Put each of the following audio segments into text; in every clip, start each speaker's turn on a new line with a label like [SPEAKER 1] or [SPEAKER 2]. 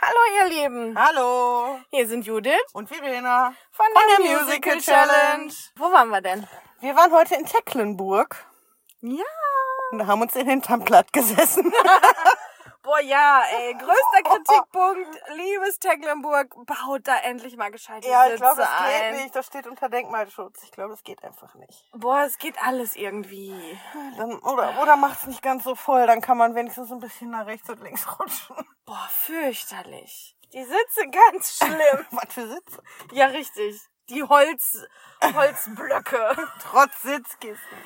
[SPEAKER 1] Hallo, ihr Lieben.
[SPEAKER 2] Hallo
[SPEAKER 1] Hier sind Judith
[SPEAKER 2] und Verena.
[SPEAKER 1] von,
[SPEAKER 2] der Musical Challenge.
[SPEAKER 1] Wo waren wir denn?
[SPEAKER 2] Wir waren heute in Tecklenburg
[SPEAKER 1] Ja.
[SPEAKER 2] und haben uns den Hintern platt gesessen.
[SPEAKER 1] Boah, ja, ey. Größter Kritikpunkt. Liebes Tecklenburg, baut da endlich mal gescheite Sitze
[SPEAKER 2] glaub,
[SPEAKER 1] ein.
[SPEAKER 2] nicht. Das steht unter Denkmalschutz. Ich glaube, das geht einfach nicht.
[SPEAKER 1] Boah, es geht alles irgendwie.
[SPEAKER 2] Dann, oder oder macht es nicht ganz so voll, dann kann man wenigstens ein bisschen nach rechts und links rutschen.
[SPEAKER 1] Boah, fürchterlich. Die Sitze ganz schlimm.
[SPEAKER 2] Was für Sitze?
[SPEAKER 1] ja, richtig. Die Holz, Holzblöcke.
[SPEAKER 2] Trotz Sitzkissen.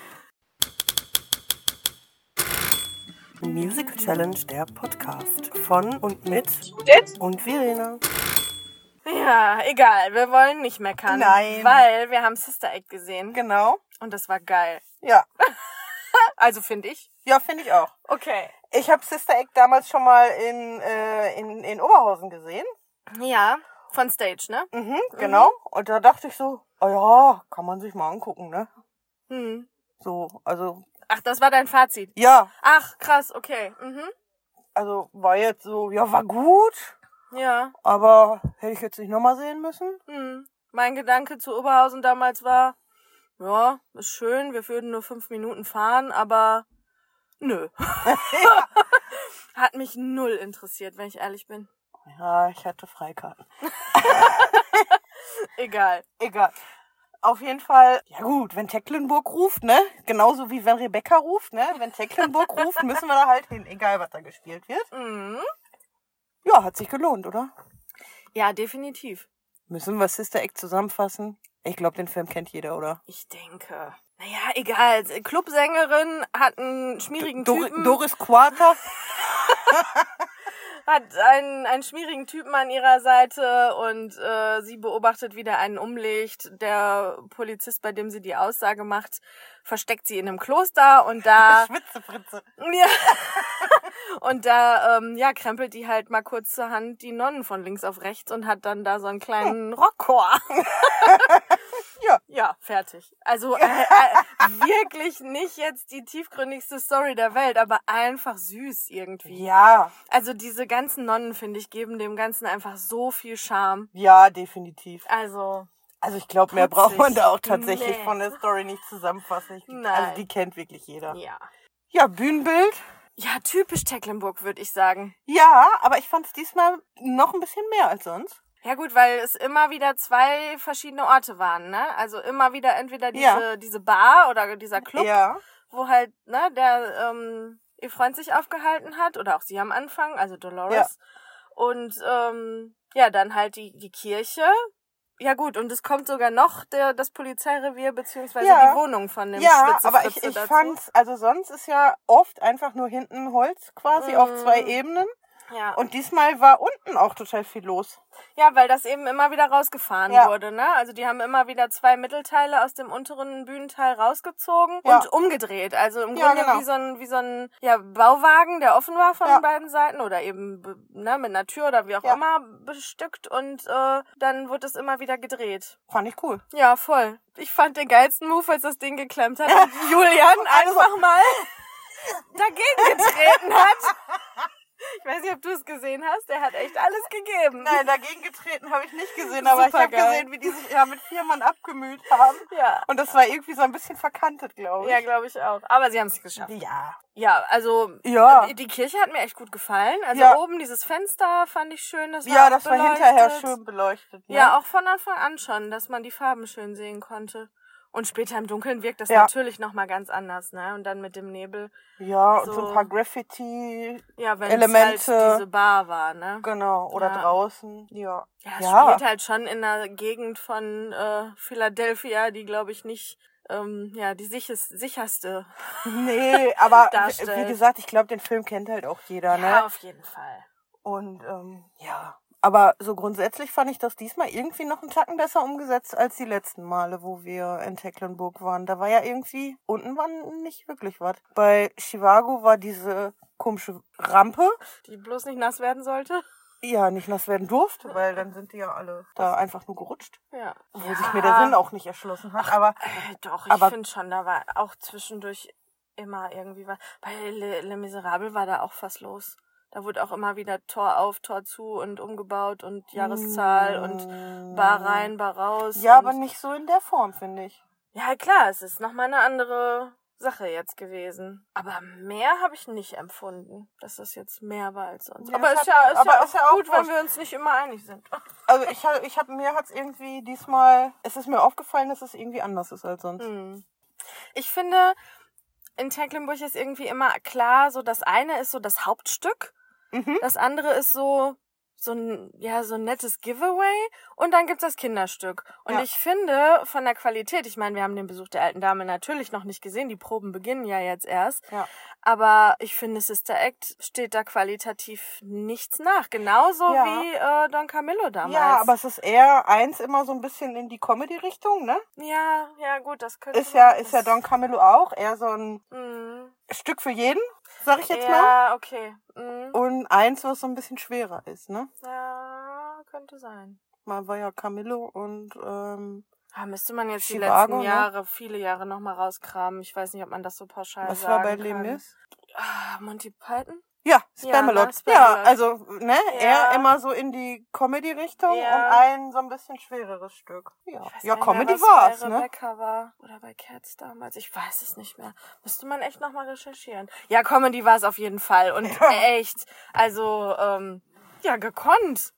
[SPEAKER 2] Musical Challenge, der Podcast von und mit
[SPEAKER 1] Judith?
[SPEAKER 2] und Verena.
[SPEAKER 1] Ja, egal. Wir wollen nicht meckern.
[SPEAKER 2] Nein.
[SPEAKER 1] Weil wir haben Sister Act gesehen.
[SPEAKER 2] Genau.
[SPEAKER 1] Und das war geil.
[SPEAKER 2] Ja.
[SPEAKER 1] Also finde ich.
[SPEAKER 2] Ja, finde ich auch.
[SPEAKER 1] Okay.
[SPEAKER 2] Ich habe Sister Act damals schon mal in, äh, in, in Oberhausen gesehen.
[SPEAKER 1] Ja, von Stage, ne?
[SPEAKER 2] Mhm, genau. Und da dachte ich so, oh ja, kann man sich mal angucken, ne?
[SPEAKER 1] Hm.
[SPEAKER 2] So, also,
[SPEAKER 1] Ach, das war dein Fazit.
[SPEAKER 2] ja,
[SPEAKER 1] Ach, krass, okay. Mhm.
[SPEAKER 2] also war jetzt so, ja, war gut,
[SPEAKER 1] Ja.
[SPEAKER 2] aber hätte ich jetzt nicht nochmal sehen müssen.
[SPEAKER 1] Hm. Mein Gedanke zu Oberhausen damals war, ja, ist schön, wir würden nur fünf Minuten fahren, aber nö. Hat mich null interessiert, wenn ich ehrlich bin.
[SPEAKER 2] Ja, ich hatte Freikarten.
[SPEAKER 1] Egal.
[SPEAKER 2] Egal. Auf jeden Fall, ja gut, wenn Tecklenburg ruft, ne? Genauso wie wenn Rebecca ruft, ne? Wenn Tecklenburg ruft, müssen wir da halt hin, egal was da gespielt wird.
[SPEAKER 1] Mhm.
[SPEAKER 2] Ja, hat sich gelohnt, oder?
[SPEAKER 1] Ja, definitiv.
[SPEAKER 2] Müssen wir Sister Act zusammenfassen? Ich glaube, den Film kennt jeder, oder?
[SPEAKER 1] Ich denke. Naja, egal. Clubsängerin hat einen schmierigen
[SPEAKER 2] Dor
[SPEAKER 1] Typen.
[SPEAKER 2] Doris Quarter?
[SPEAKER 1] hat einen, einen schmierigen Typen an ihrer Seite und äh, sie beobachtet, wie der einen umlegt. Der Polizist, bei dem sie die Aussage macht, versteckt sie in einem Kloster und da
[SPEAKER 2] Schwitze, Fritze.
[SPEAKER 1] ja, und da ähm, ja krempelt die halt mal kurz zur Hand die Nonnen von links auf rechts und hat dann da so einen kleinen Rockchor.
[SPEAKER 2] Ja.
[SPEAKER 1] Ja, fertig. Also äh, äh, wirklich nicht jetzt die tiefgründigste Story der Welt, aber einfach süß irgendwie.
[SPEAKER 2] Ja,
[SPEAKER 1] Also diese ganzen Nonnen, finde ich, geben dem Ganzen einfach so viel Charme.
[SPEAKER 2] ja, definitiv.
[SPEAKER 1] Also,
[SPEAKER 2] Also ich glaube, mehr
[SPEAKER 1] Putzig.
[SPEAKER 2] braucht man da auch tatsächlich
[SPEAKER 1] Nee.
[SPEAKER 2] von der Story nicht zusammenfassen. Ich,
[SPEAKER 1] Nein.
[SPEAKER 2] also die kennt wirklich jeder.
[SPEAKER 1] ja.
[SPEAKER 2] Ja, Bühnenbild.
[SPEAKER 1] Ja, typisch Tecklenburg, würde ich sagen.
[SPEAKER 2] Ja, aber ich fand es diesmal noch ein bisschen mehr als sonst.
[SPEAKER 1] Ja gut, weil es immer wieder zwei verschiedene Orte waren, ne? Also immer wieder entweder diese,
[SPEAKER 2] Ja.
[SPEAKER 1] diese Bar oder dieser Club,
[SPEAKER 2] Ja.
[SPEAKER 1] wo halt, ne, der ähm, ihr Freund sich aufgehalten hat oder auch sie am Anfang, also Dolores. Und ähm, ja, dann halt die, die Kirche. Ja gut, und es kommt sogar noch der, das Polizeirevier beziehungsweise
[SPEAKER 2] Ja.
[SPEAKER 1] die Wohnung von dem
[SPEAKER 2] Ja,
[SPEAKER 1] Schwitze
[SPEAKER 2] aber ich,
[SPEAKER 1] Fritze
[SPEAKER 2] ich
[SPEAKER 1] dazu.
[SPEAKER 2] fand's, also sonst ist ja oft einfach nur hinten Holz quasi auf
[SPEAKER 1] Mhm.
[SPEAKER 2] zwei Ebenen.
[SPEAKER 1] ja.
[SPEAKER 2] Und diesmal war unten auch total viel los.
[SPEAKER 1] Ja, weil das eben immer wieder rausgefahren
[SPEAKER 2] Ja.
[SPEAKER 1] wurde, ne? Also die haben immer wieder zwei Mittelteile aus dem unteren Bühnenteil rausgezogen
[SPEAKER 2] Ja.
[SPEAKER 1] und umgedreht. Also im
[SPEAKER 2] Ja,
[SPEAKER 1] Grunde
[SPEAKER 2] genau.
[SPEAKER 1] wie so ein, wie so ein ja, Bauwagen, der offen war von
[SPEAKER 2] Ja.
[SPEAKER 1] den beiden Seiten oder eben be- ne, mit einer Tür oder wie auch
[SPEAKER 2] Ja.
[SPEAKER 1] immer bestückt und äh, dann wird es immer wieder gedreht.
[SPEAKER 2] Fand ich cool.
[SPEAKER 1] Ja, voll. Ich fand den geilsten Move, als das Ding geklemmt hat und Julian
[SPEAKER 2] Also-
[SPEAKER 1] einfach mal dagegen getreten hat. Ich weiß nicht, ob du es gesehen hast. Der hat echt alles gegeben.
[SPEAKER 2] Nein, dagegen getreten habe ich nicht gesehen, aber ich habe
[SPEAKER 1] Supergeil.
[SPEAKER 2] gesehen, wie die sich ja mit vier Mann abgemüht haben.
[SPEAKER 1] Ja.
[SPEAKER 2] Und das war irgendwie so ein bisschen verkantet, glaube ich.
[SPEAKER 1] Ja, glaube ich auch. Aber sie haben es geschafft.
[SPEAKER 2] ja.
[SPEAKER 1] Ja, also
[SPEAKER 2] Ja.
[SPEAKER 1] äh, die Kirche hat mir echt gut gefallen. Also
[SPEAKER 2] Ja.
[SPEAKER 1] oben dieses Fenster fand ich schön. Das war
[SPEAKER 2] Ja,
[SPEAKER 1] auch
[SPEAKER 2] das war
[SPEAKER 1] beleuchtet.
[SPEAKER 2] hinterher schön beleuchtet. Ne?
[SPEAKER 1] Ja, auch von Anfang an schon, dass man die Farben schön sehen konnte. Und später im Dunkeln wirkt das
[SPEAKER 2] Ja.
[SPEAKER 1] natürlich nochmal ganz anders, ne? Und dann mit dem Nebel.
[SPEAKER 2] Ja, und so
[SPEAKER 1] so.
[SPEAKER 2] ein paar Graffiti,
[SPEAKER 1] Ja, wenn es
[SPEAKER 2] Elemente.
[SPEAKER 1] halt diese Bar war, ne?
[SPEAKER 2] genau, oder
[SPEAKER 1] Ja.
[SPEAKER 2] draußen. Ja.
[SPEAKER 1] Ja, es
[SPEAKER 2] Ja.
[SPEAKER 1] spielt halt schon in einer Gegend von äh, Philadelphia, die glaube ich nicht ähm, ja, die sichest, sicherste.
[SPEAKER 2] Nee, aber
[SPEAKER 1] Darstellt.
[SPEAKER 2] wie gesagt, ich glaube, den Film kennt halt auch jeder,
[SPEAKER 1] Ja,
[SPEAKER 2] ne?
[SPEAKER 1] auf jeden Fall.
[SPEAKER 2] Und ähm, ja. Aber so grundsätzlich fand ich das diesmal irgendwie noch einen Tacken besser umgesetzt als die letzten Male, wo wir in Tecklenburg waren. Da war ja irgendwie, unten war nicht wirklich was. Bei Chivago war diese komische Rampe,
[SPEAKER 1] Die bloß nicht nass werden sollte.
[SPEAKER 2] die ja nicht nass werden durfte, weil dann sind die ja alle da einfach nur gerutscht.
[SPEAKER 1] Ja.
[SPEAKER 2] Wo sich mir der Sinn auch nicht erschlossen hat. Aber
[SPEAKER 1] Äh, doch, ich
[SPEAKER 2] Aber-
[SPEAKER 1] finde schon, da war auch zwischendurch immer irgendwie was. Bei Le, Le Miserable war da auch was los. Da wurde auch immer wieder Tor auf, Tor zu und umgebaut und Jahreszahl und Bar rein, Bar raus.
[SPEAKER 2] Mm. Ja,
[SPEAKER 1] und
[SPEAKER 2] aber nicht so in der Form, finde ich.
[SPEAKER 1] Ja, klar, es ist nochmal eine andere Sache jetzt gewesen. Aber mehr habe ich nicht empfunden, dass das jetzt mehr war als sonst.
[SPEAKER 2] Ja,
[SPEAKER 1] aber
[SPEAKER 2] das
[SPEAKER 1] ist ja,
[SPEAKER 2] hat-
[SPEAKER 1] ist
[SPEAKER 2] aber
[SPEAKER 1] ja auch
[SPEAKER 2] ist ja auch
[SPEAKER 1] gut, wenn
[SPEAKER 2] wurscht.
[SPEAKER 1] wir uns nicht immer einig sind.
[SPEAKER 2] Also ich habe, ich hab, mir hat's irgendwie diesmal, es ist mir aufgefallen, dass es irgendwie anders ist als sonst.
[SPEAKER 1] Hm. Ich finde, in Tecklenburg ist irgendwie immer klar, so das eine ist so das Hauptstück,
[SPEAKER 2] Mhm.
[SPEAKER 1] das andere ist so so ein ja so ein nettes Giveaway und dann gibt's das Kinderstück und
[SPEAKER 2] Ja.
[SPEAKER 1] ich finde von der Qualität ich meine wir haben den Besuch der alten Dame natürlich noch nicht gesehen die Proben beginnen ja jetzt erst
[SPEAKER 2] Ja.
[SPEAKER 1] aber ich finde Sister Act steht da qualitativ nichts nach genauso
[SPEAKER 2] Ja.
[SPEAKER 1] wie äh, Don Camillo damals
[SPEAKER 2] Ja, aber es ist eher eins immer so ein bisschen in die Comedy-Richtung, ne?
[SPEAKER 1] ja ja gut Genau, das könnte
[SPEAKER 2] Ist ja,
[SPEAKER 1] man-
[SPEAKER 2] ist ja Don Camillo auch eher so ein
[SPEAKER 1] Mhm.
[SPEAKER 2] Stück für jeden, sag ich jetzt
[SPEAKER 1] ja,
[SPEAKER 2] mal. Oh.
[SPEAKER 1] okay. Mhm.
[SPEAKER 2] Und eins, was so ein bisschen schwerer ist, ne?
[SPEAKER 1] Ja, könnte sein.
[SPEAKER 2] Mal war ja Camillo und ähm,
[SPEAKER 1] Ah, müsste man jetzt die
[SPEAKER 2] Chivago,
[SPEAKER 1] letzten
[SPEAKER 2] ne?
[SPEAKER 1] Jahre, viele Jahre nochmal rauskramen. Ich weiß nicht, ob man das so pauschal
[SPEAKER 2] was
[SPEAKER 1] sagen
[SPEAKER 2] war bei
[SPEAKER 1] kann.
[SPEAKER 2] Les Mis?
[SPEAKER 1] Ah, Monty Python?
[SPEAKER 2] Ja,
[SPEAKER 1] Ja, ne,
[SPEAKER 2] Spamalot. Ja,
[SPEAKER 1] Spamalot.
[SPEAKER 2] also, ne,
[SPEAKER 1] Ja.
[SPEAKER 2] eher immer so in die Comedy-Richtung
[SPEAKER 1] Ja.
[SPEAKER 2] und ein so ein bisschen schwereres Stück.
[SPEAKER 1] Ich
[SPEAKER 2] Ja,
[SPEAKER 1] weiß
[SPEAKER 2] ja
[SPEAKER 1] gar nicht
[SPEAKER 2] Comedy
[SPEAKER 1] mehr, was
[SPEAKER 2] war's,
[SPEAKER 1] bei
[SPEAKER 2] ne?
[SPEAKER 1] Rebecca war. Oder bei Cats damals. Ich weiß es nicht mehr. Müsste man echt nochmal recherchieren. Ja, Comedy war es auf jeden Fall. Und
[SPEAKER 2] Ja.
[SPEAKER 1] echt. Also, ähm, ja, gekonnt.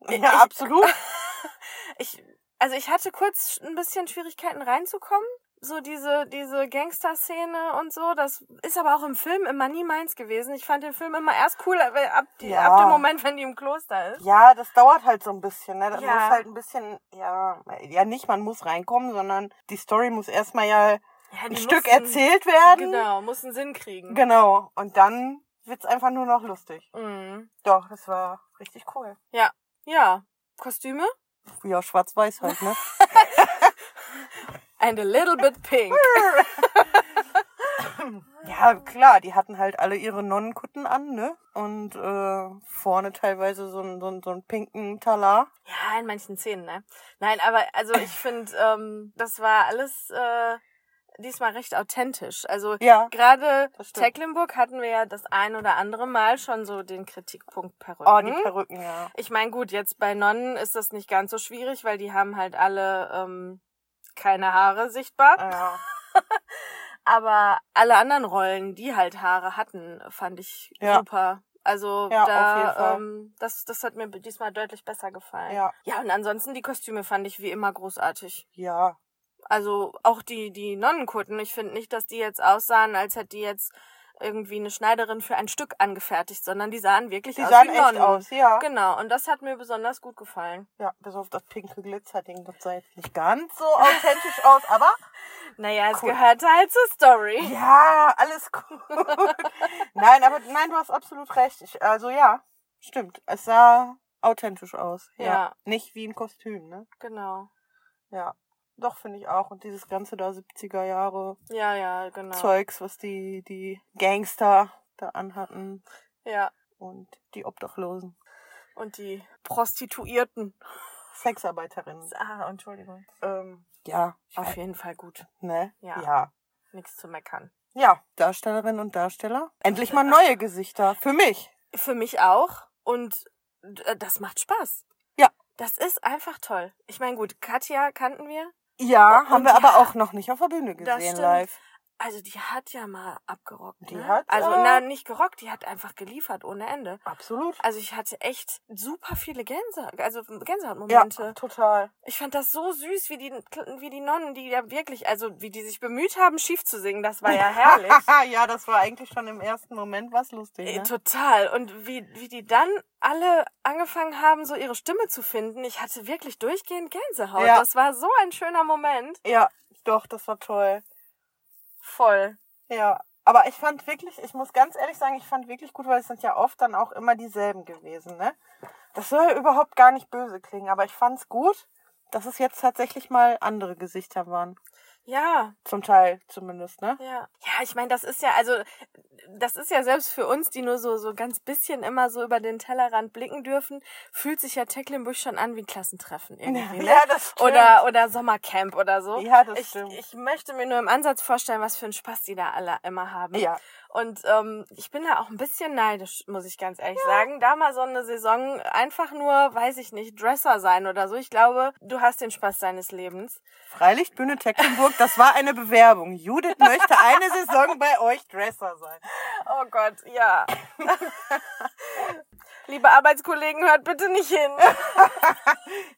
[SPEAKER 2] Ja, absolut.
[SPEAKER 1] Ich, also ich hatte kurz ein bisschen Schwierigkeiten reinzukommen. So diese, diese Gangster-Szene und so. Das ist aber auch im Film immer nie meins gewesen. Ich fand den Film immer erst cool ab, ab,
[SPEAKER 2] Ja.
[SPEAKER 1] ab dem Moment, wenn die im Kloster ist.
[SPEAKER 2] Ja, das dauert halt so ein bisschen, ne? Das
[SPEAKER 1] Ja.
[SPEAKER 2] muss halt ein bisschen, ja, ja nicht, man muss reinkommen, sondern die Story muss erstmal ja
[SPEAKER 1] Ja,
[SPEAKER 2] ein
[SPEAKER 1] die
[SPEAKER 2] Stück
[SPEAKER 1] mussten-
[SPEAKER 2] erzählt werden.
[SPEAKER 1] Genau, muss einen Sinn kriegen.
[SPEAKER 2] Genau. Und dann wird's einfach nur noch lustig.
[SPEAKER 1] Mhm.
[SPEAKER 2] Doch, das war richtig cool.
[SPEAKER 1] Ja, Kostüme?
[SPEAKER 2] Ja, schwarz-weiß halt, ne?
[SPEAKER 1] And a little bit pink.
[SPEAKER 2] Ja, klar, die hatten halt alle ihre Nonnenkutten an, ne? Und äh, vorne teilweise so einen, so einen, so einen pinken Talar.
[SPEAKER 1] Ja, in manchen Szenen, ne? Nein, aber also ich finde, ähm, das war alles äh, diesmal recht authentisch. Also
[SPEAKER 2] Ja.
[SPEAKER 1] gerade
[SPEAKER 2] Das stimmt.
[SPEAKER 1] Tecklenburg hatten wir ja das ein oder andere Mal schon so den Kritikpunkt Perücken.
[SPEAKER 2] Oh, die Perücken, ja.
[SPEAKER 1] ich meine, gut, jetzt bei Nonnen ist das nicht ganz so schwierig, weil die haben halt alle ähm, keine Haare sichtbar.
[SPEAKER 2] ja.
[SPEAKER 1] Aber alle anderen Rollen, die halt Haare hatten, fand ich
[SPEAKER 2] Ja.
[SPEAKER 1] super. Also
[SPEAKER 2] Ja, auf jeden
[SPEAKER 1] da,
[SPEAKER 2] Fall.
[SPEAKER 1] ähm, das, das hat mir diesmal deutlich besser gefallen.
[SPEAKER 2] Ja.
[SPEAKER 1] ja, und ansonsten die Kostüme fand ich wie immer großartig.
[SPEAKER 2] Ja.
[SPEAKER 1] Also auch die, die Nonnenkutten. Ich finde nicht, dass die jetzt aussahen, als hätte die jetzt irgendwie eine Schneiderin für ein Stück angefertigt, sondern die sahen wirklich
[SPEAKER 2] Die
[SPEAKER 1] aus
[SPEAKER 2] sahen
[SPEAKER 1] wie
[SPEAKER 2] echt
[SPEAKER 1] Nonnen.
[SPEAKER 2] aus, ja.
[SPEAKER 1] Genau, und das hat mir besonders gut gefallen.
[SPEAKER 2] Ja, bis auf das pinke Glitzerding, das sah jetzt nicht ganz so authentisch aus, aber
[SPEAKER 1] Naja, es
[SPEAKER 2] Cool.
[SPEAKER 1] gehörte halt zur Story.
[SPEAKER 2] ja, alles gut. nein, aber nein, du hast absolut recht. Ich, also ja, stimmt. Es sah authentisch aus. Ja.
[SPEAKER 1] Ja.
[SPEAKER 2] Nicht wie ein Kostüm, ne?
[SPEAKER 1] Genau.
[SPEAKER 2] Ja. Doch, finde ich auch. Und dieses ganze da 70er Jahre
[SPEAKER 1] Ja, ja, genau.
[SPEAKER 2] Zeugs, was die, die Gangster da anhatten
[SPEAKER 1] Ja.
[SPEAKER 2] und die Obdachlosen.
[SPEAKER 1] Und die Prostituierten.
[SPEAKER 2] Sexarbeiterinnen.
[SPEAKER 1] Ah, Entschuldigung.
[SPEAKER 2] Ähm, ja,
[SPEAKER 1] Auf jeden Fall gut.
[SPEAKER 2] ne?
[SPEAKER 1] Ja.
[SPEAKER 2] ja.
[SPEAKER 1] Nichts zu meckern.
[SPEAKER 2] Ja, Darstellerinnen und Darsteller. Endlich mal neue Gesichter. Für mich.
[SPEAKER 1] Für mich auch. Und d- das macht Spaß.
[SPEAKER 2] Ja.
[SPEAKER 1] Das ist einfach toll. Ich meine, gut, Katja kannten wir.
[SPEAKER 2] Ja,
[SPEAKER 1] Und
[SPEAKER 2] haben wir
[SPEAKER 1] ja,
[SPEAKER 2] aber auch noch nicht auf der Bühne
[SPEAKER 1] das
[SPEAKER 2] gesehen
[SPEAKER 1] stimmt.
[SPEAKER 2] live.
[SPEAKER 1] Also die hat ja mal abgerockt.
[SPEAKER 2] Die
[SPEAKER 1] ne?
[SPEAKER 2] hat,
[SPEAKER 1] Also,
[SPEAKER 2] äh,
[SPEAKER 1] na, nicht gerockt, die hat einfach geliefert ohne Ende.
[SPEAKER 2] Absolut.
[SPEAKER 1] Also ich hatte echt super viele Gänse, also
[SPEAKER 2] Ja,
[SPEAKER 1] Gänsehautmomente.
[SPEAKER 2] total.
[SPEAKER 1] Ich fand das so süß, wie die, wie die Nonnen, die ja wirklich, also wie die sich bemüht haben, schief zu singen. Das war ja herrlich.
[SPEAKER 2] ja, das war eigentlich schon im ersten Moment was lustig.
[SPEAKER 1] Äh,
[SPEAKER 2] Ne?
[SPEAKER 1] Total. Und wie, wie die dann alle angefangen haben, so ihre Stimme zu finden. Ich hatte wirklich durchgehend Gänsehaut.
[SPEAKER 2] Ja.
[SPEAKER 1] Das war so ein schöner Moment.
[SPEAKER 2] Ja, doch, das war toll.
[SPEAKER 1] Voll.
[SPEAKER 2] Ja. Aber ich fand wirklich, ich muss ganz ehrlich sagen, ich fand wirklich gut, weil es sind ja oft dann auch immer dieselben gewesen, ne? Das soll überhaupt gar nicht böse klingen, aber ich fand's gut, dass es jetzt tatsächlich mal andere Gesichter waren.
[SPEAKER 1] Ja,
[SPEAKER 2] Zum Teil zumindest, ne?
[SPEAKER 1] ja. Ja, ich meine, das ist ja, also, das ist ja selbst für uns, die nur so, so ganz bisschen immer so über den Tellerrand blicken dürfen, fühlt sich ja Tecklenburg schon an wie ein Klassentreffen irgendwie, ne?
[SPEAKER 2] das
[SPEAKER 1] Oder, oder Sommercamp oder so.
[SPEAKER 2] Ja, das
[SPEAKER 1] ich,
[SPEAKER 2] stimmt.
[SPEAKER 1] ich möchte mir nur im Ansatz vorstellen, was für einen Spaß die da alle immer haben.
[SPEAKER 2] Ja.
[SPEAKER 1] Und ähm, ich bin da auch ein bisschen neidisch, muss ich ganz ehrlich sagen. Da mal so eine Saison einfach nur, weiß ich nicht, Dresser sein oder so. Ich glaube, du hast den Spaß deines Lebens.
[SPEAKER 2] Freilichtbühne Tecklenburg, das war eine Bewerbung. Judith möchte eine Saison bei euch Dresser sein.
[SPEAKER 1] Oh Gott, ja. Liebe Arbeitskollegen, hört bitte nicht hin.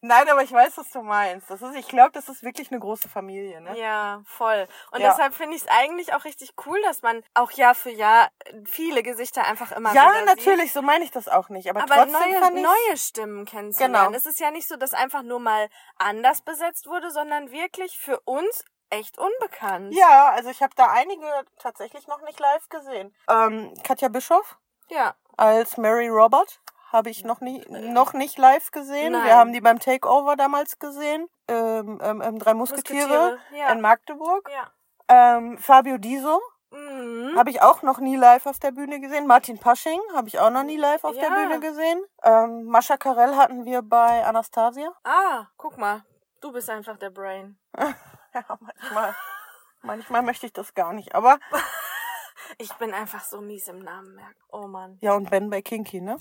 [SPEAKER 2] Nein, aber ich weiß, was du meinst. Das ist, ich glaube, das ist wirklich eine große Familie, ne?
[SPEAKER 1] Ja, voll. Und
[SPEAKER 2] Ja.
[SPEAKER 1] deshalb finde ich es eigentlich auch richtig cool, dass man auch Jahr für Jahr viele Gesichter einfach immer wieder
[SPEAKER 2] Ja,
[SPEAKER 1] sieht.
[SPEAKER 2] natürlich, so meine ich das auch nicht. Aber,
[SPEAKER 1] Aber
[SPEAKER 2] trotzdem fand
[SPEAKER 1] neue,
[SPEAKER 2] ich
[SPEAKER 1] neue Stimmen kennenzulernen.
[SPEAKER 2] Genau.
[SPEAKER 1] Es ist ja nicht so, dass einfach nur mal anders besetzt wurde, sondern wirklich für uns echt unbekannt.
[SPEAKER 2] Ja, also ich habe da einige tatsächlich noch nicht live gesehen. Ähm, Katja Bischoff
[SPEAKER 1] Ja.
[SPEAKER 2] als Mary Robert habe ich noch nie noch nicht live gesehen.
[SPEAKER 1] Nein.
[SPEAKER 2] Wir haben die beim Takeover damals gesehen. Ähm, ähm, ähm, drei Musketiere,
[SPEAKER 1] Musketiere, ja.
[SPEAKER 2] in Magdeburg.
[SPEAKER 1] ja.
[SPEAKER 2] Ähm, Fabio Diso
[SPEAKER 1] Mhm.
[SPEAKER 2] habe ich auch noch nie live auf der Bühne gesehen. Martin Pasching habe ich auch noch nie live auf der
[SPEAKER 1] Ja.
[SPEAKER 2] Bühne gesehen. Ähm, Mascha Karell hatten wir bei Anastasia.
[SPEAKER 1] Ah, guck mal. Du bist einfach der Brain.
[SPEAKER 2] Ja, manchmal, manchmal möchte ich das gar nicht. Aber
[SPEAKER 1] Ich bin einfach so mies im Namen merken. Oh Mann.
[SPEAKER 2] ja, und Ben bei Kinky, ne?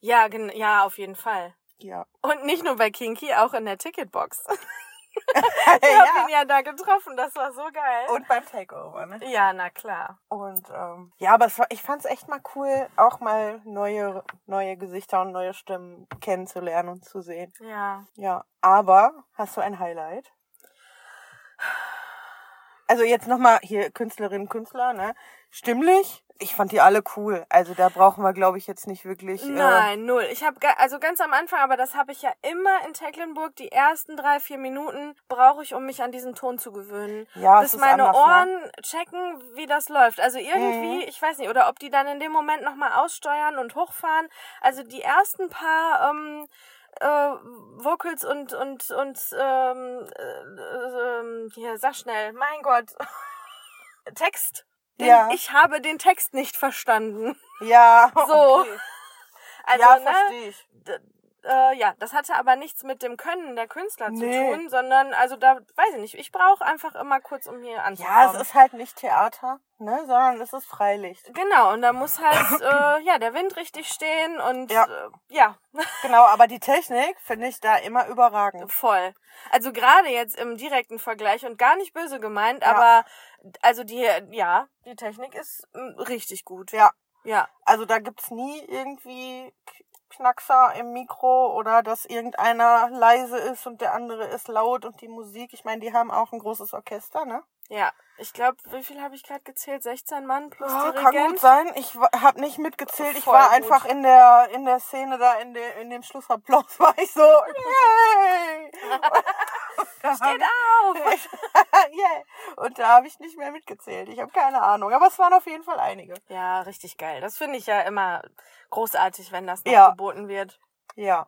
[SPEAKER 1] Ja, gen ja, auf jeden Fall.
[SPEAKER 2] Ja.
[SPEAKER 1] Und nicht nur bei Kinky, auch in der Ticketbox. Ich
[SPEAKER 2] Äh, ja.
[SPEAKER 1] hab ihn ja da getroffen, das war so geil.
[SPEAKER 2] Und beim Takeover, ne?
[SPEAKER 1] ja, na klar.
[SPEAKER 2] Und ähm, ja, aber es war, ich fand's echt mal cool, auch mal neue, neue Gesichter und neue Stimmen kennenzulernen und zu sehen.
[SPEAKER 1] Ja.
[SPEAKER 2] Ja, aber hast du ein Highlight? Also jetzt nochmal hier Künstlerinnen, Künstler, ne? Stimmlich? Ich fand die alle cool. Also da brauchen wir, glaube ich, jetzt nicht wirklich. Äh,
[SPEAKER 1] Nein, null. Ich habe also ganz am Anfang, aber das habe ich ja immer in Tecklenburg. Die ersten drei, vier Minuten brauche ich, um mich an diesen Ton zu gewöhnen.
[SPEAKER 2] Ja, es
[SPEAKER 1] bis
[SPEAKER 2] ist
[SPEAKER 1] meine
[SPEAKER 2] anders, ne? Mhm.
[SPEAKER 1] Ohren checken, wie das läuft. Also irgendwie, ich weiß nicht, oder ob die dann in dem Moment nochmal aussteuern und hochfahren. Also die ersten paar ähm, äh, Vocals und und und ähm, äh, ähm, hier sag schnell, mein Gott, Text. Den,
[SPEAKER 2] Ja.
[SPEAKER 1] Ich habe den Text nicht verstanden.
[SPEAKER 2] ja.
[SPEAKER 1] So.
[SPEAKER 2] okay.
[SPEAKER 1] Also,
[SPEAKER 2] ja,
[SPEAKER 1] ne,
[SPEAKER 2] verstehe ich.
[SPEAKER 1] d- äh, ja, das hatte aber nichts mit dem Können der Künstler
[SPEAKER 2] Nee.
[SPEAKER 1] zu tun, sondern also da weiß ich nicht, ich brauche einfach immer kurz, um hier anzukommen.
[SPEAKER 2] Ja, es ist halt nicht Theater, ne? Sondern es ist Freilicht.
[SPEAKER 1] genau und da muss halt äh, ja der Wind richtig stehen und
[SPEAKER 2] Ja.
[SPEAKER 1] ja, äh, ja
[SPEAKER 2] Genau, aber die Technik finde ich da immer überragend.
[SPEAKER 1] voll. Also gerade jetzt im direkten Vergleich und gar nicht böse gemeint,
[SPEAKER 2] Ja.
[SPEAKER 1] aber also die ja die Technik ist mm, richtig gut.
[SPEAKER 2] Ja.
[SPEAKER 1] Ja,
[SPEAKER 2] Also da gibt's nie irgendwie K- Knackser im Mikro oder dass irgendeiner leise ist und der andere ist laut und die Musik, ich meine, die haben auch ein großes Orchester, ne?
[SPEAKER 1] ja. Ich glaube, wie viel habe ich gerade gezählt? 16 Mann plus
[SPEAKER 2] Ja, kann gut
[SPEAKER 1] Dirigent.
[SPEAKER 2] sein. Ich habe nicht mitgezählt. Ich
[SPEAKER 1] Voll
[SPEAKER 2] war
[SPEAKER 1] gut.
[SPEAKER 2] einfach in der in der Szene da in, de, in dem Schlussapplaus war ich so yay.
[SPEAKER 1] Steht auf.
[SPEAKER 2] yeah. Und da habe ich nicht mehr mitgezählt. Ich habe keine Ahnung, aber es waren auf jeden Fall einige.
[SPEAKER 1] Ja, richtig geil. Das finde ich ja immer großartig, wenn das noch
[SPEAKER 2] Ja.
[SPEAKER 1] geboten wird.
[SPEAKER 2] Ja.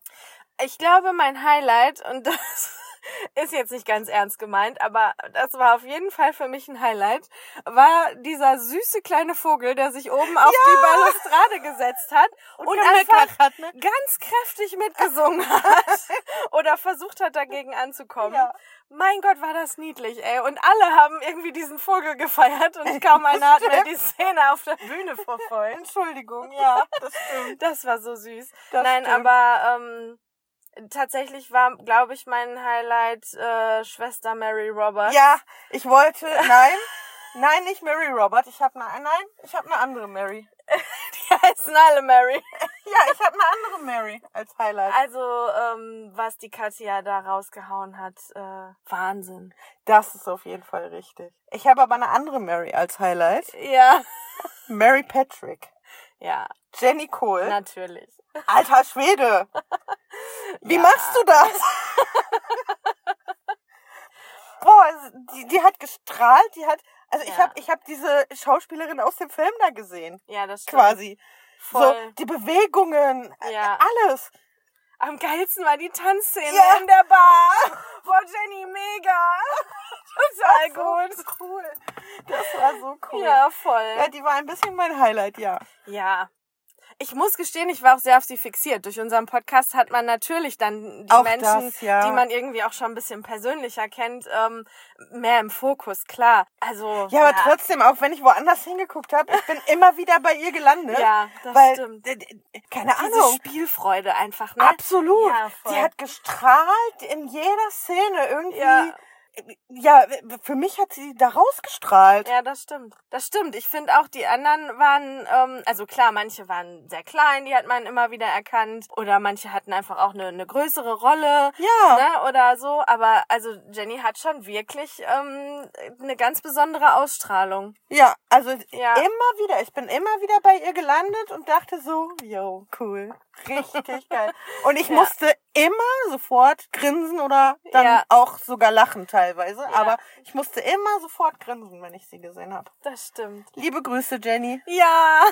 [SPEAKER 1] Ich glaube, mein Highlight, und das ist jetzt nicht ganz ernst gemeint, aber das war auf jeden Fall für mich ein Highlight, war dieser süße kleine Vogel, der sich oben auf die Balustrade gesetzt hat und, einfach
[SPEAKER 2] hat, ne?
[SPEAKER 1] ganz kräftig mitgesungen hat oder versucht hat, dagegen anzukommen.
[SPEAKER 2] Ja.
[SPEAKER 1] Mein Gott, war das niedlich, ey. Und alle haben irgendwie diesen Vogel gefeiert und kaum einer hat mehr die Szene auf der Bühne verfolgt.
[SPEAKER 2] Entschuldigung, ja, das stimmt.
[SPEAKER 1] Das war so süß.
[SPEAKER 2] Das
[SPEAKER 1] Nein,
[SPEAKER 2] stimmt.
[SPEAKER 1] aber ähm, tatsächlich war, glaube ich, mein Highlight äh, Schwester Mary Roberts.
[SPEAKER 2] Ja, ich wollte. Nein. Nein, nicht Mary Robert. Ich habe eine. Nein, ich habe eine andere Mary.
[SPEAKER 1] Die heißen alle Mary.
[SPEAKER 2] Ja, ich habe eine andere Mary als Highlight.
[SPEAKER 1] Also, ähm, was die Katja da rausgehauen hat, äh, Wahnsinn.
[SPEAKER 2] Das ist auf jeden Fall richtig. Ich habe aber eine andere Mary als Highlight.
[SPEAKER 1] Ja.
[SPEAKER 2] Mary Patrick.
[SPEAKER 1] Ja,
[SPEAKER 2] Jenny Cole.
[SPEAKER 1] natürlich.
[SPEAKER 2] Alter Schwede. Wie machst du das? Boah, es- die, die hat gestrahlt, die hat. Also ich
[SPEAKER 1] Ja.
[SPEAKER 2] habe ich hab diese Schauspielerin aus dem Film da gesehen,
[SPEAKER 1] Ja, das stimmt.
[SPEAKER 2] quasi.
[SPEAKER 1] Voll.
[SPEAKER 2] So, die Bewegungen,
[SPEAKER 1] Ja.
[SPEAKER 2] alles.
[SPEAKER 1] Am geilsten war die Tanzszene
[SPEAKER 2] Ja.
[SPEAKER 1] in der Bar. Boah, Jenny, mega. Total gut.
[SPEAKER 2] so cool. Das war so cool. Ja.
[SPEAKER 1] Ja, voll.
[SPEAKER 2] die war ein bisschen mein Highlight, ja.
[SPEAKER 1] Ja. Ich muss gestehen, ich war auch sehr auf sie fixiert. Durch unseren Podcast hat man natürlich dann die
[SPEAKER 2] Auch
[SPEAKER 1] Menschen,
[SPEAKER 2] das, ja.
[SPEAKER 1] die man irgendwie auch schon ein bisschen persönlicher kennt, ähm, mehr im Fokus, klar. Also
[SPEAKER 2] Ja, aber trotzdem, auch wenn ich woanders hingeguckt habe, ich bin immer wieder bei ihr gelandet.
[SPEAKER 1] Ja, das
[SPEAKER 2] weil,
[SPEAKER 1] stimmt.
[SPEAKER 2] d- d- Keine
[SPEAKER 1] diese
[SPEAKER 2] Ahnung.
[SPEAKER 1] Spielfreude einfach, ne?
[SPEAKER 2] Absolut.
[SPEAKER 1] Ja, voll.
[SPEAKER 2] Sie hat gestrahlt in jeder Szene irgendwie.
[SPEAKER 1] Ja.
[SPEAKER 2] Ja. ja, für mich hat sie da rausgestrahlt.
[SPEAKER 1] Ja, das stimmt. Das stimmt. Ich finde auch, die anderen waren, ähm, also klar, manche waren sehr klein, die hat man immer wieder erkannt. Oder manche hatten einfach auch eine, eine größere Rolle.
[SPEAKER 2] Ja.
[SPEAKER 1] Ne, oder so. Aber also Jenny hat schon wirklich ähm, eine ganz besondere Ausstrahlung.
[SPEAKER 2] Ja, also
[SPEAKER 1] Ja.
[SPEAKER 2] immer wieder. Ich bin immer wieder bei ihr gelandet und dachte so, yo, cool. Richtig geil. Und ich
[SPEAKER 1] Ja.
[SPEAKER 2] musste immer sofort grinsen oder dann
[SPEAKER 1] Ja.
[SPEAKER 2] auch sogar lachen teilweise. Aber ich musste immer sofort grinsen, wenn ich sie gesehen habe.
[SPEAKER 1] Das stimmt.
[SPEAKER 2] Liebe Grüße, Jenny.
[SPEAKER 1] Ja,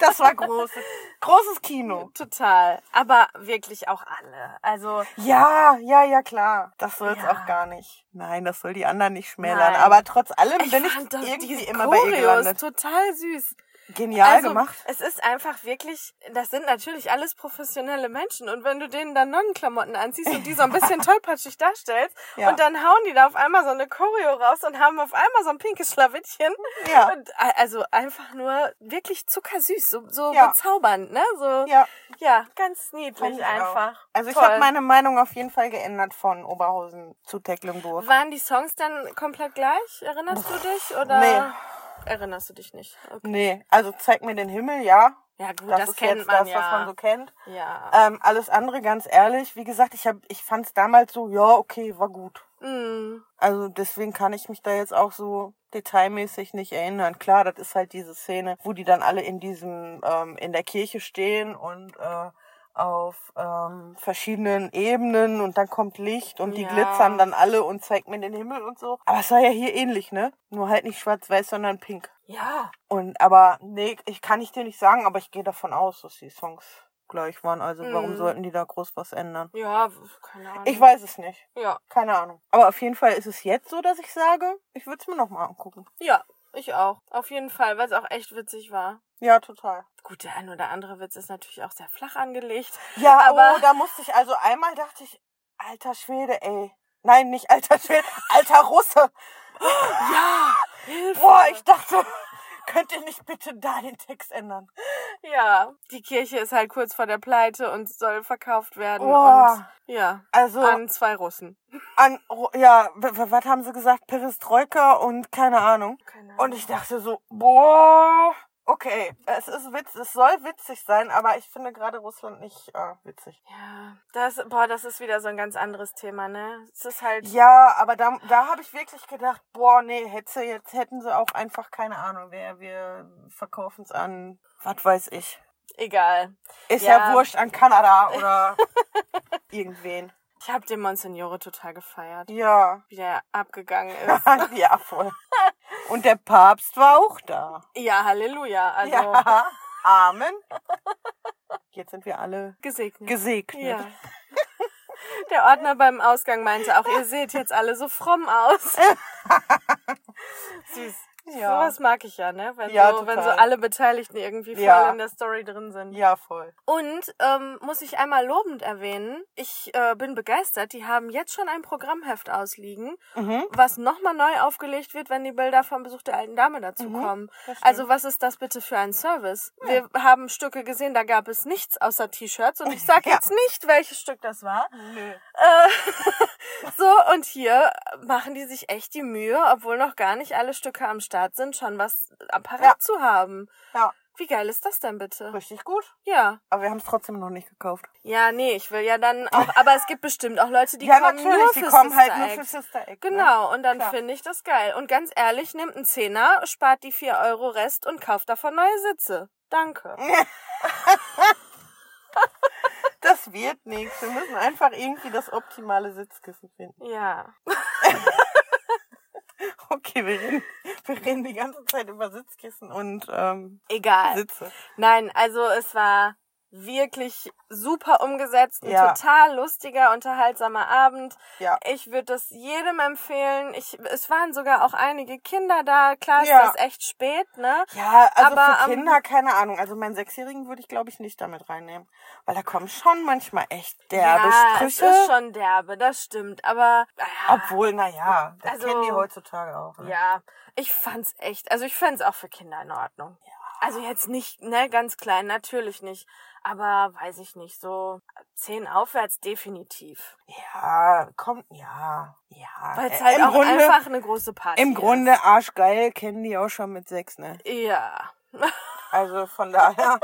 [SPEAKER 2] Das war großes, großes Kino.
[SPEAKER 1] total. Aber wirklich auch alle. Also
[SPEAKER 2] Ja, ja, ja, klar. Das soll es
[SPEAKER 1] Ja.
[SPEAKER 2] auch gar nicht. Nein, das soll die anderen nicht schmälern.
[SPEAKER 1] Nein.
[SPEAKER 2] Aber trotz allem bin ich
[SPEAKER 1] fand das-
[SPEAKER 2] irgendwie
[SPEAKER 1] diese
[SPEAKER 2] immer bei ihr
[SPEAKER 1] Choreos
[SPEAKER 2] gelandet.
[SPEAKER 1] total süß.
[SPEAKER 2] Genial
[SPEAKER 1] also,
[SPEAKER 2] gemacht.
[SPEAKER 1] Es ist einfach wirklich, das sind natürlich alles professionelle Menschen. Und wenn du denen dann Nonnenklamotten anziehst und die so ein bisschen tollpatschig darstellst
[SPEAKER 2] Ja.
[SPEAKER 1] und dann hauen die da auf einmal so eine Choreo raus und haben auf einmal so ein pinkes Schlawittchen.
[SPEAKER 2] Ja.
[SPEAKER 1] Und a- also einfach nur wirklich zuckersüß, so, so
[SPEAKER 2] Ja.
[SPEAKER 1] bezaubernd, ne? So, ja.
[SPEAKER 2] Ja,
[SPEAKER 1] ganz niedlich
[SPEAKER 2] Fand ich auch.
[SPEAKER 1] einfach.
[SPEAKER 2] Also ich
[SPEAKER 1] Toll.
[SPEAKER 2] habe meine Meinung auf jeden Fall geändert von Oberhausen zu Tecklenburg.
[SPEAKER 1] Waren die Songs dann komplett gleich? Erinnerst du dich? Oder
[SPEAKER 2] nee.
[SPEAKER 1] erinnerst du dich nicht? Okay.
[SPEAKER 2] Nee, also zeig mir den Himmel, ja.
[SPEAKER 1] Ja, gut,
[SPEAKER 2] Das,
[SPEAKER 1] Oh, das,
[SPEAKER 2] ist
[SPEAKER 1] kennt
[SPEAKER 2] jetzt
[SPEAKER 1] man
[SPEAKER 2] das,
[SPEAKER 1] ja.
[SPEAKER 2] was man so kennt.
[SPEAKER 1] ja.
[SPEAKER 2] Ähm, alles andere, ganz ehrlich, wie gesagt, ich, hab- ich fand es damals so, ja, okay, war gut.
[SPEAKER 1] Mm.
[SPEAKER 2] Also deswegen kann ich mich da jetzt auch so detailmäßig nicht erinnern. Klar, das ist halt diese Szene, wo die dann alle in diesem, ähm, in der Kirche stehen und äh, auf ähm, verschiedenen Ebenen und dann kommt Licht und die
[SPEAKER 1] Ja.
[SPEAKER 2] glitzern dann alle und zeigt mir den Himmel und so. Aber es war ja hier ähnlich, ne? Nur halt nicht schwarz-weiß, sondern pink.
[SPEAKER 1] Ja,
[SPEAKER 2] Und aber, nee, ich kann ich dir nicht sagen, aber ich gehe davon aus, dass die Songs gleich waren. Also
[SPEAKER 1] Mhm.
[SPEAKER 2] warum sollten die da groß was ändern?
[SPEAKER 1] ja, w- keine Ahnung.
[SPEAKER 2] Ich weiß es nicht.
[SPEAKER 1] Ja,
[SPEAKER 2] Keine Ahnung. Aber auf jeden Fall ist es jetzt so, dass ich sage, ich würde es mir nochmal angucken.
[SPEAKER 1] ja, ich auch. Auf jeden Fall, weil es auch echt witzig war.
[SPEAKER 2] Ja, total.
[SPEAKER 1] Gut, der ein oder andere Witz ist natürlich auch sehr flach angelegt.
[SPEAKER 2] Ja,
[SPEAKER 1] Aber-
[SPEAKER 2] aber oh, da musste ich, also einmal dachte ich, alter Schwede, ey. Nein, nicht alter Schwede, alter Russe.
[SPEAKER 1] Ja, Hilfe.
[SPEAKER 2] Boah, ich dachte, könnt ihr nicht bitte da den Text ändern?
[SPEAKER 1] ja, die Kirche ist halt kurz vor der Pleite und soll verkauft werden.
[SPEAKER 2] Boah.
[SPEAKER 1] Und, ja,
[SPEAKER 2] Also, an,
[SPEAKER 1] an zwei Russen.
[SPEAKER 2] Ru- ja, w- w- was haben sie gesagt? Perestroika und keine Ahnung.
[SPEAKER 1] Keine Ahnung.
[SPEAKER 2] Und ich dachte so, boah, okay, es ist witz, es soll witzig sein, aber ich finde gerade Russland nicht äh, witzig.
[SPEAKER 1] ja, das, boah, das ist wieder so ein ganz anderes Thema, ne? Es ist halt,
[SPEAKER 2] Ja, aber da, da habe ich wirklich gedacht, boah, nee, hätte sie jetzt hätten sie auch einfach keine Ahnung, wer wir verkaufen es an, was weiß ich.
[SPEAKER 1] egal.
[SPEAKER 2] Ist ja.
[SPEAKER 1] Ja.
[SPEAKER 2] wurscht an Kanada oder irgendwen.
[SPEAKER 1] Ich habe den Monsignore total gefeiert,
[SPEAKER 2] Ja.
[SPEAKER 1] wie der abgegangen ist.
[SPEAKER 2] ja, voll. Und der Papst war auch da.
[SPEAKER 1] ja, Halleluja. Also,
[SPEAKER 2] Ja. Amen. Jetzt sind wir alle
[SPEAKER 1] gesegnet.
[SPEAKER 2] gesegnet.
[SPEAKER 1] Ja. Der Ordner beim Ausgang meinte auch, ihr seht jetzt alle so fromm aus. Süß.
[SPEAKER 2] Ja.
[SPEAKER 1] Sowas mag ich ja, ne? Wenn,
[SPEAKER 2] Ja,
[SPEAKER 1] so, wenn so
[SPEAKER 2] total.
[SPEAKER 1] alle Beteiligten irgendwie voll
[SPEAKER 2] Ja.
[SPEAKER 1] in der Story drin sind.
[SPEAKER 2] Ja, voll.
[SPEAKER 1] Und ähm, muss ich einmal lobend erwähnen, ich äh, bin begeistert, die haben jetzt schon ein Programmheft ausliegen,
[SPEAKER 2] Mhm.
[SPEAKER 1] was nochmal neu aufgelegt wird, wenn die Bilder vom Besuch der alten Dame dazu kommen.
[SPEAKER 2] Mhm, das stimmt.
[SPEAKER 1] Also was ist das bitte für ein Service? Wir haben Stücke gesehen, da gab es nichts außer T-Shirts und ich sage
[SPEAKER 2] Ja.
[SPEAKER 1] jetzt nicht, welches Stück das war.
[SPEAKER 2] Nö.
[SPEAKER 1] Äh, so, und hier machen die sich echt die Mühe, obwohl noch gar nicht alle Stücke am Start sind, schon was am Parat
[SPEAKER 2] Ja.
[SPEAKER 1] zu haben.
[SPEAKER 2] Ja,
[SPEAKER 1] Wie geil ist das denn bitte?
[SPEAKER 2] richtig gut.
[SPEAKER 1] Ja.
[SPEAKER 2] Aber wir haben es trotzdem noch nicht gekauft.
[SPEAKER 1] Ja, nee, ich will ja dann auch, aber es gibt bestimmt auch Leute, die
[SPEAKER 2] ja,
[SPEAKER 1] kommen
[SPEAKER 2] natürlich,
[SPEAKER 1] nur
[SPEAKER 2] die
[SPEAKER 1] fürs
[SPEAKER 2] kommen halt
[SPEAKER 1] Sister
[SPEAKER 2] nur
[SPEAKER 1] Act.
[SPEAKER 2] für Sister Act. Ne?
[SPEAKER 1] Genau, und dann
[SPEAKER 2] Klar.
[SPEAKER 1] finde ich das geil. Und ganz ehrlich, nimmt einen Zehner, spart die 4 Euro Rest und kauft davon neue Sitze. Danke.
[SPEAKER 2] Das wird nichts. Wir müssen einfach irgendwie das optimale Sitzkissen finden.
[SPEAKER 1] Ja.
[SPEAKER 2] Okay, wir reden, wir reden die ganze Zeit über Sitzkissen und ähm,
[SPEAKER 1] Egal.
[SPEAKER 2] Sitze.
[SPEAKER 1] Nein, also es war wirklich super umgesetzt. Ein
[SPEAKER 2] Ja.
[SPEAKER 1] total lustiger, unterhaltsamer Abend.
[SPEAKER 2] Ja.
[SPEAKER 1] Ich würde das jedem empfehlen. Ich, es waren sogar auch einige Kinder da. Klar ist
[SPEAKER 2] Ja.
[SPEAKER 1] das echt spät, ne?
[SPEAKER 2] Ja, also
[SPEAKER 1] Aber,
[SPEAKER 2] für
[SPEAKER 1] ähm,
[SPEAKER 2] Kinder, keine Ahnung. Also meinen Sechsjährigen würde ich, glaube ich, nicht damit reinnehmen. Weil da kommen schon manchmal echt derbe
[SPEAKER 1] ja, es
[SPEAKER 2] Sprüche.
[SPEAKER 1] ist schon derbe, das stimmt. Aber ah,
[SPEAKER 2] Obwohl, naja, das
[SPEAKER 1] Also-
[SPEAKER 2] kennen die heutzutage auch. Ne?
[SPEAKER 1] ja, ich fand's echt. Also ich fand's auch für Kinder in Ordnung. Also jetzt nicht, ne, ganz klein, natürlich nicht. Aber weiß ich nicht, so zehn aufwärts definitiv.
[SPEAKER 2] Ja, kommt, ja, ja.
[SPEAKER 1] Weil es
[SPEAKER 2] Äh,
[SPEAKER 1] halt
[SPEAKER 2] Im
[SPEAKER 1] auch
[SPEAKER 2] Grunde,
[SPEAKER 1] einfach eine große Party
[SPEAKER 2] Im Grunde arschgeil kennen die auch schon mit sechs, ne?
[SPEAKER 1] ist. Ja,
[SPEAKER 2] Also von daher.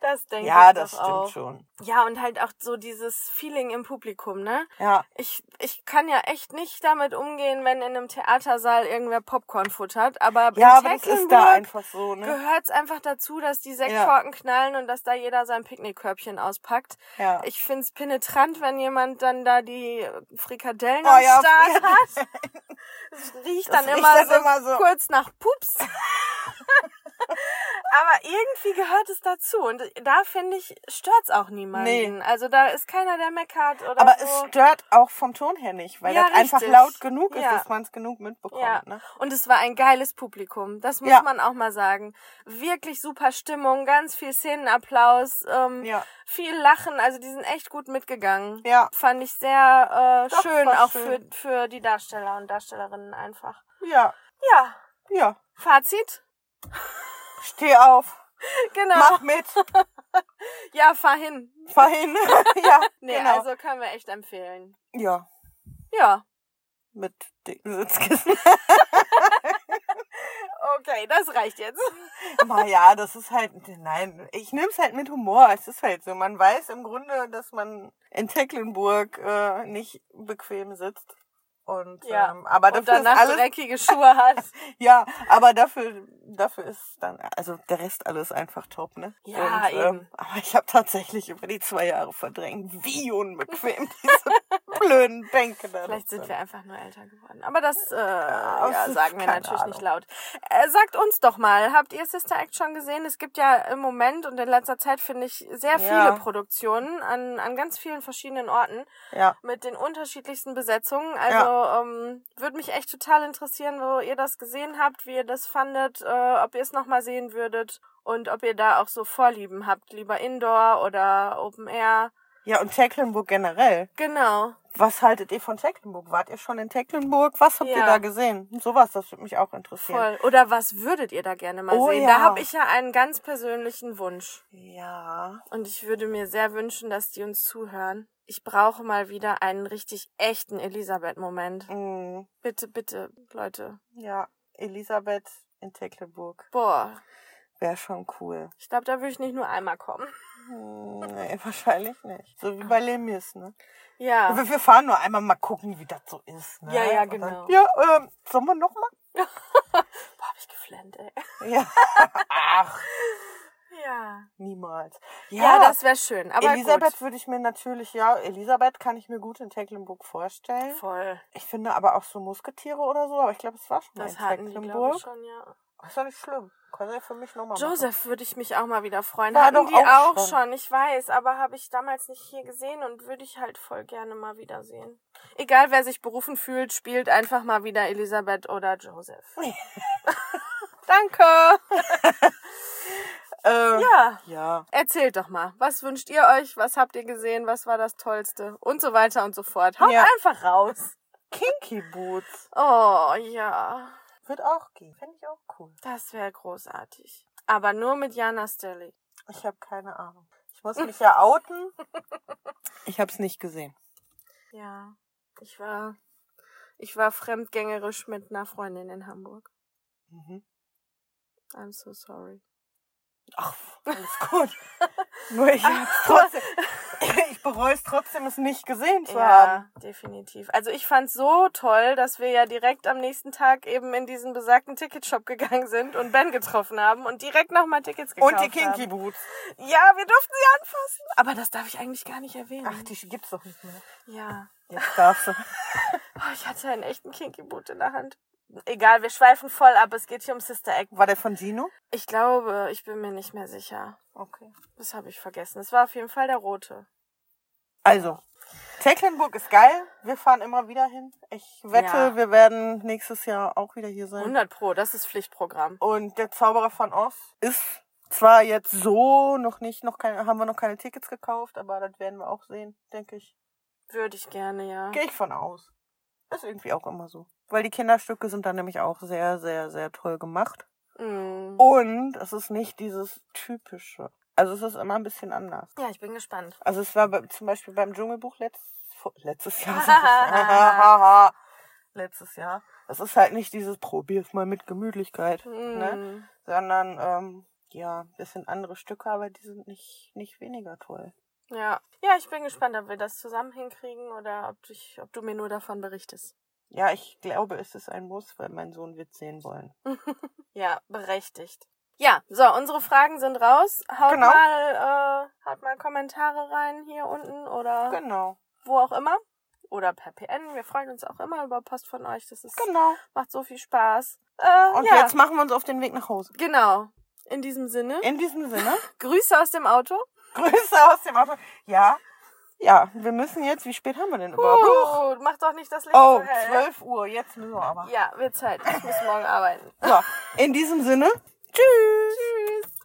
[SPEAKER 1] das denke
[SPEAKER 2] ja,
[SPEAKER 1] ich
[SPEAKER 2] das
[SPEAKER 1] doch
[SPEAKER 2] stimmt
[SPEAKER 1] auch.
[SPEAKER 2] schon.
[SPEAKER 1] Ja, und halt auch so dieses Feeling im Publikum, ne?
[SPEAKER 2] Ja.
[SPEAKER 1] Ich, ich kann ja echt nicht damit umgehen, wenn in einem Theatersaal irgendwer Popcorn futtert, aber
[SPEAKER 2] Ja,
[SPEAKER 1] in
[SPEAKER 2] aber das ist
[SPEAKER 1] Tecklenburg
[SPEAKER 2] da einfach so, ne?
[SPEAKER 1] gehört's einfach dazu, dass die
[SPEAKER 2] Ja.
[SPEAKER 1] Sektkorken knallen und dass da jeder sein Picknickkörbchen auspackt.
[SPEAKER 2] Ja.
[SPEAKER 1] Ich find's penetrant, wenn jemand dann da die Frikadellen
[SPEAKER 2] Oh
[SPEAKER 1] am
[SPEAKER 2] ja,
[SPEAKER 1] Start
[SPEAKER 2] Frikadellen.
[SPEAKER 1] hat. Es riecht dann,
[SPEAKER 2] riecht
[SPEAKER 1] immer,
[SPEAKER 2] dann
[SPEAKER 1] so
[SPEAKER 2] immer so.
[SPEAKER 1] kurz nach Pups. Aber irgendwie gehört es dazu und da finde ich, stört's auch niemanden. Also da ist keiner, der meckert oder
[SPEAKER 2] Aber
[SPEAKER 1] so.
[SPEAKER 2] es stört auch vom Ton her nicht, weil
[SPEAKER 1] Ja,
[SPEAKER 2] das einfach
[SPEAKER 1] richtig.
[SPEAKER 2] laut genug ist,
[SPEAKER 1] Ja.
[SPEAKER 2] dass man es genug mitbekommt.
[SPEAKER 1] Ja,
[SPEAKER 2] Ne?
[SPEAKER 1] und es war ein geiles Publikum, das muss
[SPEAKER 2] Ja.
[SPEAKER 1] man auch mal sagen. Wirklich super Stimmung, ganz viel Szenenapplaus, ähm,
[SPEAKER 2] Ja.
[SPEAKER 1] viel Lachen, also die sind echt gut mitgegangen.
[SPEAKER 2] Ja.
[SPEAKER 1] Fand ich sehr äh,
[SPEAKER 2] Doch,
[SPEAKER 1] schön,
[SPEAKER 2] war
[SPEAKER 1] auch
[SPEAKER 2] schön.
[SPEAKER 1] Für, für die Darsteller und Darstellerinnen einfach.
[SPEAKER 2] Ja.
[SPEAKER 1] Ja,
[SPEAKER 2] Ja.
[SPEAKER 1] Fazit?
[SPEAKER 2] Steh auf.
[SPEAKER 1] Genau.
[SPEAKER 2] Mach mit.
[SPEAKER 1] Ja, fahr hin.
[SPEAKER 2] Fahr hin. ja.
[SPEAKER 1] Nee,
[SPEAKER 2] genau.
[SPEAKER 1] also können wir echt empfehlen.
[SPEAKER 2] ja.
[SPEAKER 1] Ja.
[SPEAKER 2] Mit dicken Sitzkissen.
[SPEAKER 1] Okay, das reicht jetzt.
[SPEAKER 2] Na ja, das ist halt, nein, ich nehme es halt mit Humor. Es ist halt so, man weiß im Grunde, dass man in Tecklenburg äh, nicht bequem sitzt. Und
[SPEAKER 1] Ja.
[SPEAKER 2] ähm, aber
[SPEAKER 1] Und
[SPEAKER 2] dafür ist
[SPEAKER 1] danach
[SPEAKER 2] alles,
[SPEAKER 1] dreckige Schuhe hat.
[SPEAKER 2] ja, aber dafür, dafür ist dann, also der Rest alles einfach top, ne?
[SPEAKER 1] Ja,
[SPEAKER 2] Und, ähm,
[SPEAKER 1] eben.
[SPEAKER 2] aber ich habe tatsächlich über die zwei Jahre verdrängt, wie unbequem diese blöden Bänke da
[SPEAKER 1] Vielleicht sind
[SPEAKER 2] sind.
[SPEAKER 1] wir einfach nur älter geworden. Aber das äh,
[SPEAKER 2] Ja,
[SPEAKER 1] ja,
[SPEAKER 2] es-
[SPEAKER 1] sagen wir
[SPEAKER 2] keine
[SPEAKER 1] natürlich nicht
[SPEAKER 2] Ahnung.
[SPEAKER 1] laut. Äh, sagt uns doch mal, habt ihr Sister Act schon gesehen? Es gibt ja im Moment und in letzter Zeit finde ich sehr viele
[SPEAKER 2] Ja.
[SPEAKER 1] Produktionen an, an ganz vielen verschiedenen Orten
[SPEAKER 2] Ja.
[SPEAKER 1] mit den unterschiedlichsten Besetzungen. Also ähm, würde mich echt total interessieren, wo ihr das gesehen habt, wie ihr das fandet, äh, ob ihr es nochmal sehen würdet und ob ihr da auch so Vorlieben habt, lieber Indoor oder Open Air.
[SPEAKER 2] ja, und Tecklenburg generell.
[SPEAKER 1] Genau.
[SPEAKER 2] Was haltet ihr von Tecklenburg? Wart ihr schon in Tecklenburg? Was habt
[SPEAKER 1] Ja.
[SPEAKER 2] ihr da gesehen? Sowas, das würde mich auch interessieren.
[SPEAKER 1] Voll. Oder was würdet ihr da gerne mal
[SPEAKER 2] Oh
[SPEAKER 1] sehen?
[SPEAKER 2] ja.
[SPEAKER 1] Da habe ich ja einen ganz persönlichen Wunsch.
[SPEAKER 2] Ja.
[SPEAKER 1] Und ich würde mir sehr wünschen, dass die uns zuhören. Ich brauche mal wieder einen richtig echten Elisabeth-Moment.
[SPEAKER 2] Mm,
[SPEAKER 1] Bitte, bitte, Leute.
[SPEAKER 2] ja, Elisabeth in Tecklenburg.
[SPEAKER 1] Boah,
[SPEAKER 2] Wäre schon cool.
[SPEAKER 1] ich glaube, da würde ich nicht nur einmal kommen.
[SPEAKER 2] Hm, nee, wahrscheinlich nicht. So wie
[SPEAKER 1] Ah.
[SPEAKER 2] bei Lemis, ne?
[SPEAKER 1] Ja.
[SPEAKER 2] Wir, wir fahren nur einmal mal gucken, wie das so ist. Ne?
[SPEAKER 1] Ja, ja,
[SPEAKER 2] Und dann-
[SPEAKER 1] genau.
[SPEAKER 2] ja, ähm, sollen wir nochmal?
[SPEAKER 1] Boah, hab ich geflennt, ey.
[SPEAKER 2] Ja. Ach,
[SPEAKER 1] Ja.
[SPEAKER 2] niemals.
[SPEAKER 1] Ja, das wäre schön. Aber
[SPEAKER 2] Elisabeth würde ich mir natürlich, ja, Elisabeth kann ich mir gut in Tecklenburg vorstellen.
[SPEAKER 1] gut. Voll.
[SPEAKER 2] Ich finde aber auch so Musketiere oder so, aber ich glaube, es war schon mal
[SPEAKER 1] Das
[SPEAKER 2] in
[SPEAKER 1] hatten die, glaube ich,
[SPEAKER 2] Tecklenburg.
[SPEAKER 1] schon, ja.
[SPEAKER 2] Ist doch nicht schlimm. Kann ja für mich nochmal machen.
[SPEAKER 1] Joseph würde ich mich auch mal wieder freuen.
[SPEAKER 2] War
[SPEAKER 1] Hatten
[SPEAKER 2] doch
[SPEAKER 1] die
[SPEAKER 2] auch
[SPEAKER 1] auch,
[SPEAKER 2] schon.
[SPEAKER 1] schon. ich weiß, aber habe ich damals nicht hier gesehen und würde ich halt voll gerne mal wieder sehen. Egal wer sich berufen fühlt, spielt einfach mal wieder Elisabeth oder Joseph. Danke.
[SPEAKER 2] Ähm,
[SPEAKER 1] Ja.
[SPEAKER 2] ja.
[SPEAKER 1] Erzählt doch mal, was wünscht ihr euch, was habt ihr gesehen, was war das Tollste und so weiter und so fort. Haut
[SPEAKER 2] Ja.
[SPEAKER 1] einfach raus.
[SPEAKER 2] Kinky Boots
[SPEAKER 1] Oh ja,
[SPEAKER 2] wird auch gehen. Fände ich auch cool.
[SPEAKER 1] das wäre großartig. Aber nur mit Jana Stelly.
[SPEAKER 2] Ich habe keine Ahnung. Ich muss mich ja outen. Ich habe es nicht gesehen.
[SPEAKER 1] Ja, ich war, ich war fremdgängerisch mit einer Freundin in Hamburg.
[SPEAKER 2] Mhm.
[SPEAKER 1] I'm so sorry.
[SPEAKER 2] Ach, alles gut. Nur ich hab's trotzdem. Ich bereue es trotzdem, es nicht gesehen zu haben.
[SPEAKER 1] definitiv. Also ich fand's so toll, dass wir ja direkt am nächsten Tag eben in diesen besagten Ticketshop gegangen sind und Ben getroffen haben und direkt nochmal Tickets gekauft
[SPEAKER 2] Und die Kinky
[SPEAKER 1] haben.
[SPEAKER 2] Boots.
[SPEAKER 1] Ja, wir durften sie anfassen. Aber das darf ich eigentlich gar nicht erwähnen.
[SPEAKER 2] Ach, die gibt's doch nicht mehr.
[SPEAKER 1] Ja.
[SPEAKER 2] Jetzt darfst du.
[SPEAKER 1] Oh, ich hatte einen echten Kinky Boot in der Hand. Egal, wir schweifen voll ab. Es geht hier um Sister Act.
[SPEAKER 2] War der von Gino?
[SPEAKER 1] Ich glaube, ich bin mir nicht mehr sicher.
[SPEAKER 2] Okay.
[SPEAKER 1] Das habe ich vergessen. Es war auf jeden Fall der rote.
[SPEAKER 2] Also, Tecklenburg ist geil. Wir fahren immer wieder hin. Ich wette,
[SPEAKER 1] Ja.
[SPEAKER 2] wir werden nächstes Jahr auch wieder hier sein.
[SPEAKER 1] 100 Pro, das ist Pflichtprogramm.
[SPEAKER 2] Und der Zauberer von Oz ist zwar jetzt so noch nicht, noch keine, haben wir noch keine Tickets gekauft, aber das werden wir auch sehen, denke ich.
[SPEAKER 1] Würde ich gerne, ja.
[SPEAKER 2] Gehe ich von aus. Ist irgendwie auch immer so. Weil die Kinderstücke sind da nämlich auch sehr, sehr, sehr toll gemacht.
[SPEAKER 1] Mm.
[SPEAKER 2] Und es ist nicht dieses typische. Also es ist immer ein bisschen anders.
[SPEAKER 1] Ja, ich bin gespannt.
[SPEAKER 2] Also es war bei, zum Beispiel beim Dschungelbuch letzt, vor- letztes Jahr. sag ich. letztes Jahr. Es ist halt nicht dieses probier's mal mit Gemütlichkeit, ne?
[SPEAKER 1] Mm.
[SPEAKER 2] sondern ähm, ja, ein bisschen andere Stücke, aber die sind nicht, nicht weniger toll.
[SPEAKER 1] Ja. ja, ich bin gespannt, ob wir das zusammen hinkriegen oder ob, ich, ob du mir nur davon berichtest.
[SPEAKER 2] Ja, ich glaube, es ist ein Muss, weil mein Sohn wird sehen wollen.
[SPEAKER 1] Ja, berechtigt. Ja, so, unsere Fragen sind raus. Haut
[SPEAKER 2] Genau.
[SPEAKER 1] mal, äh, haut mal Kommentare rein hier unten oder
[SPEAKER 2] Genau,
[SPEAKER 1] wo auch immer. Oder per PN. Wir freuen uns auch immer über Post von euch. Das ist,
[SPEAKER 2] genau.
[SPEAKER 1] macht so viel Spaß. Äh,
[SPEAKER 2] Und
[SPEAKER 1] ja,
[SPEAKER 2] jetzt machen wir uns auf den Weg nach Hause.
[SPEAKER 1] genau. In diesem Sinne.
[SPEAKER 2] In diesem Sinne,
[SPEAKER 1] Grüße aus dem Auto.
[SPEAKER 2] Grüße aus dem Auto. Ja, ja, wir müssen jetzt, wie spät haben wir denn überhaupt?
[SPEAKER 1] Uh, mach doch nicht das Licht
[SPEAKER 2] Oh,
[SPEAKER 1] so hell.
[SPEAKER 2] 12 Uhr, jetzt müssen wir aber.
[SPEAKER 1] halt. Ja, wird Zeit. Ich muss morgen arbeiten.
[SPEAKER 2] So, in diesem Sinne, tschüss.
[SPEAKER 1] Tschüss.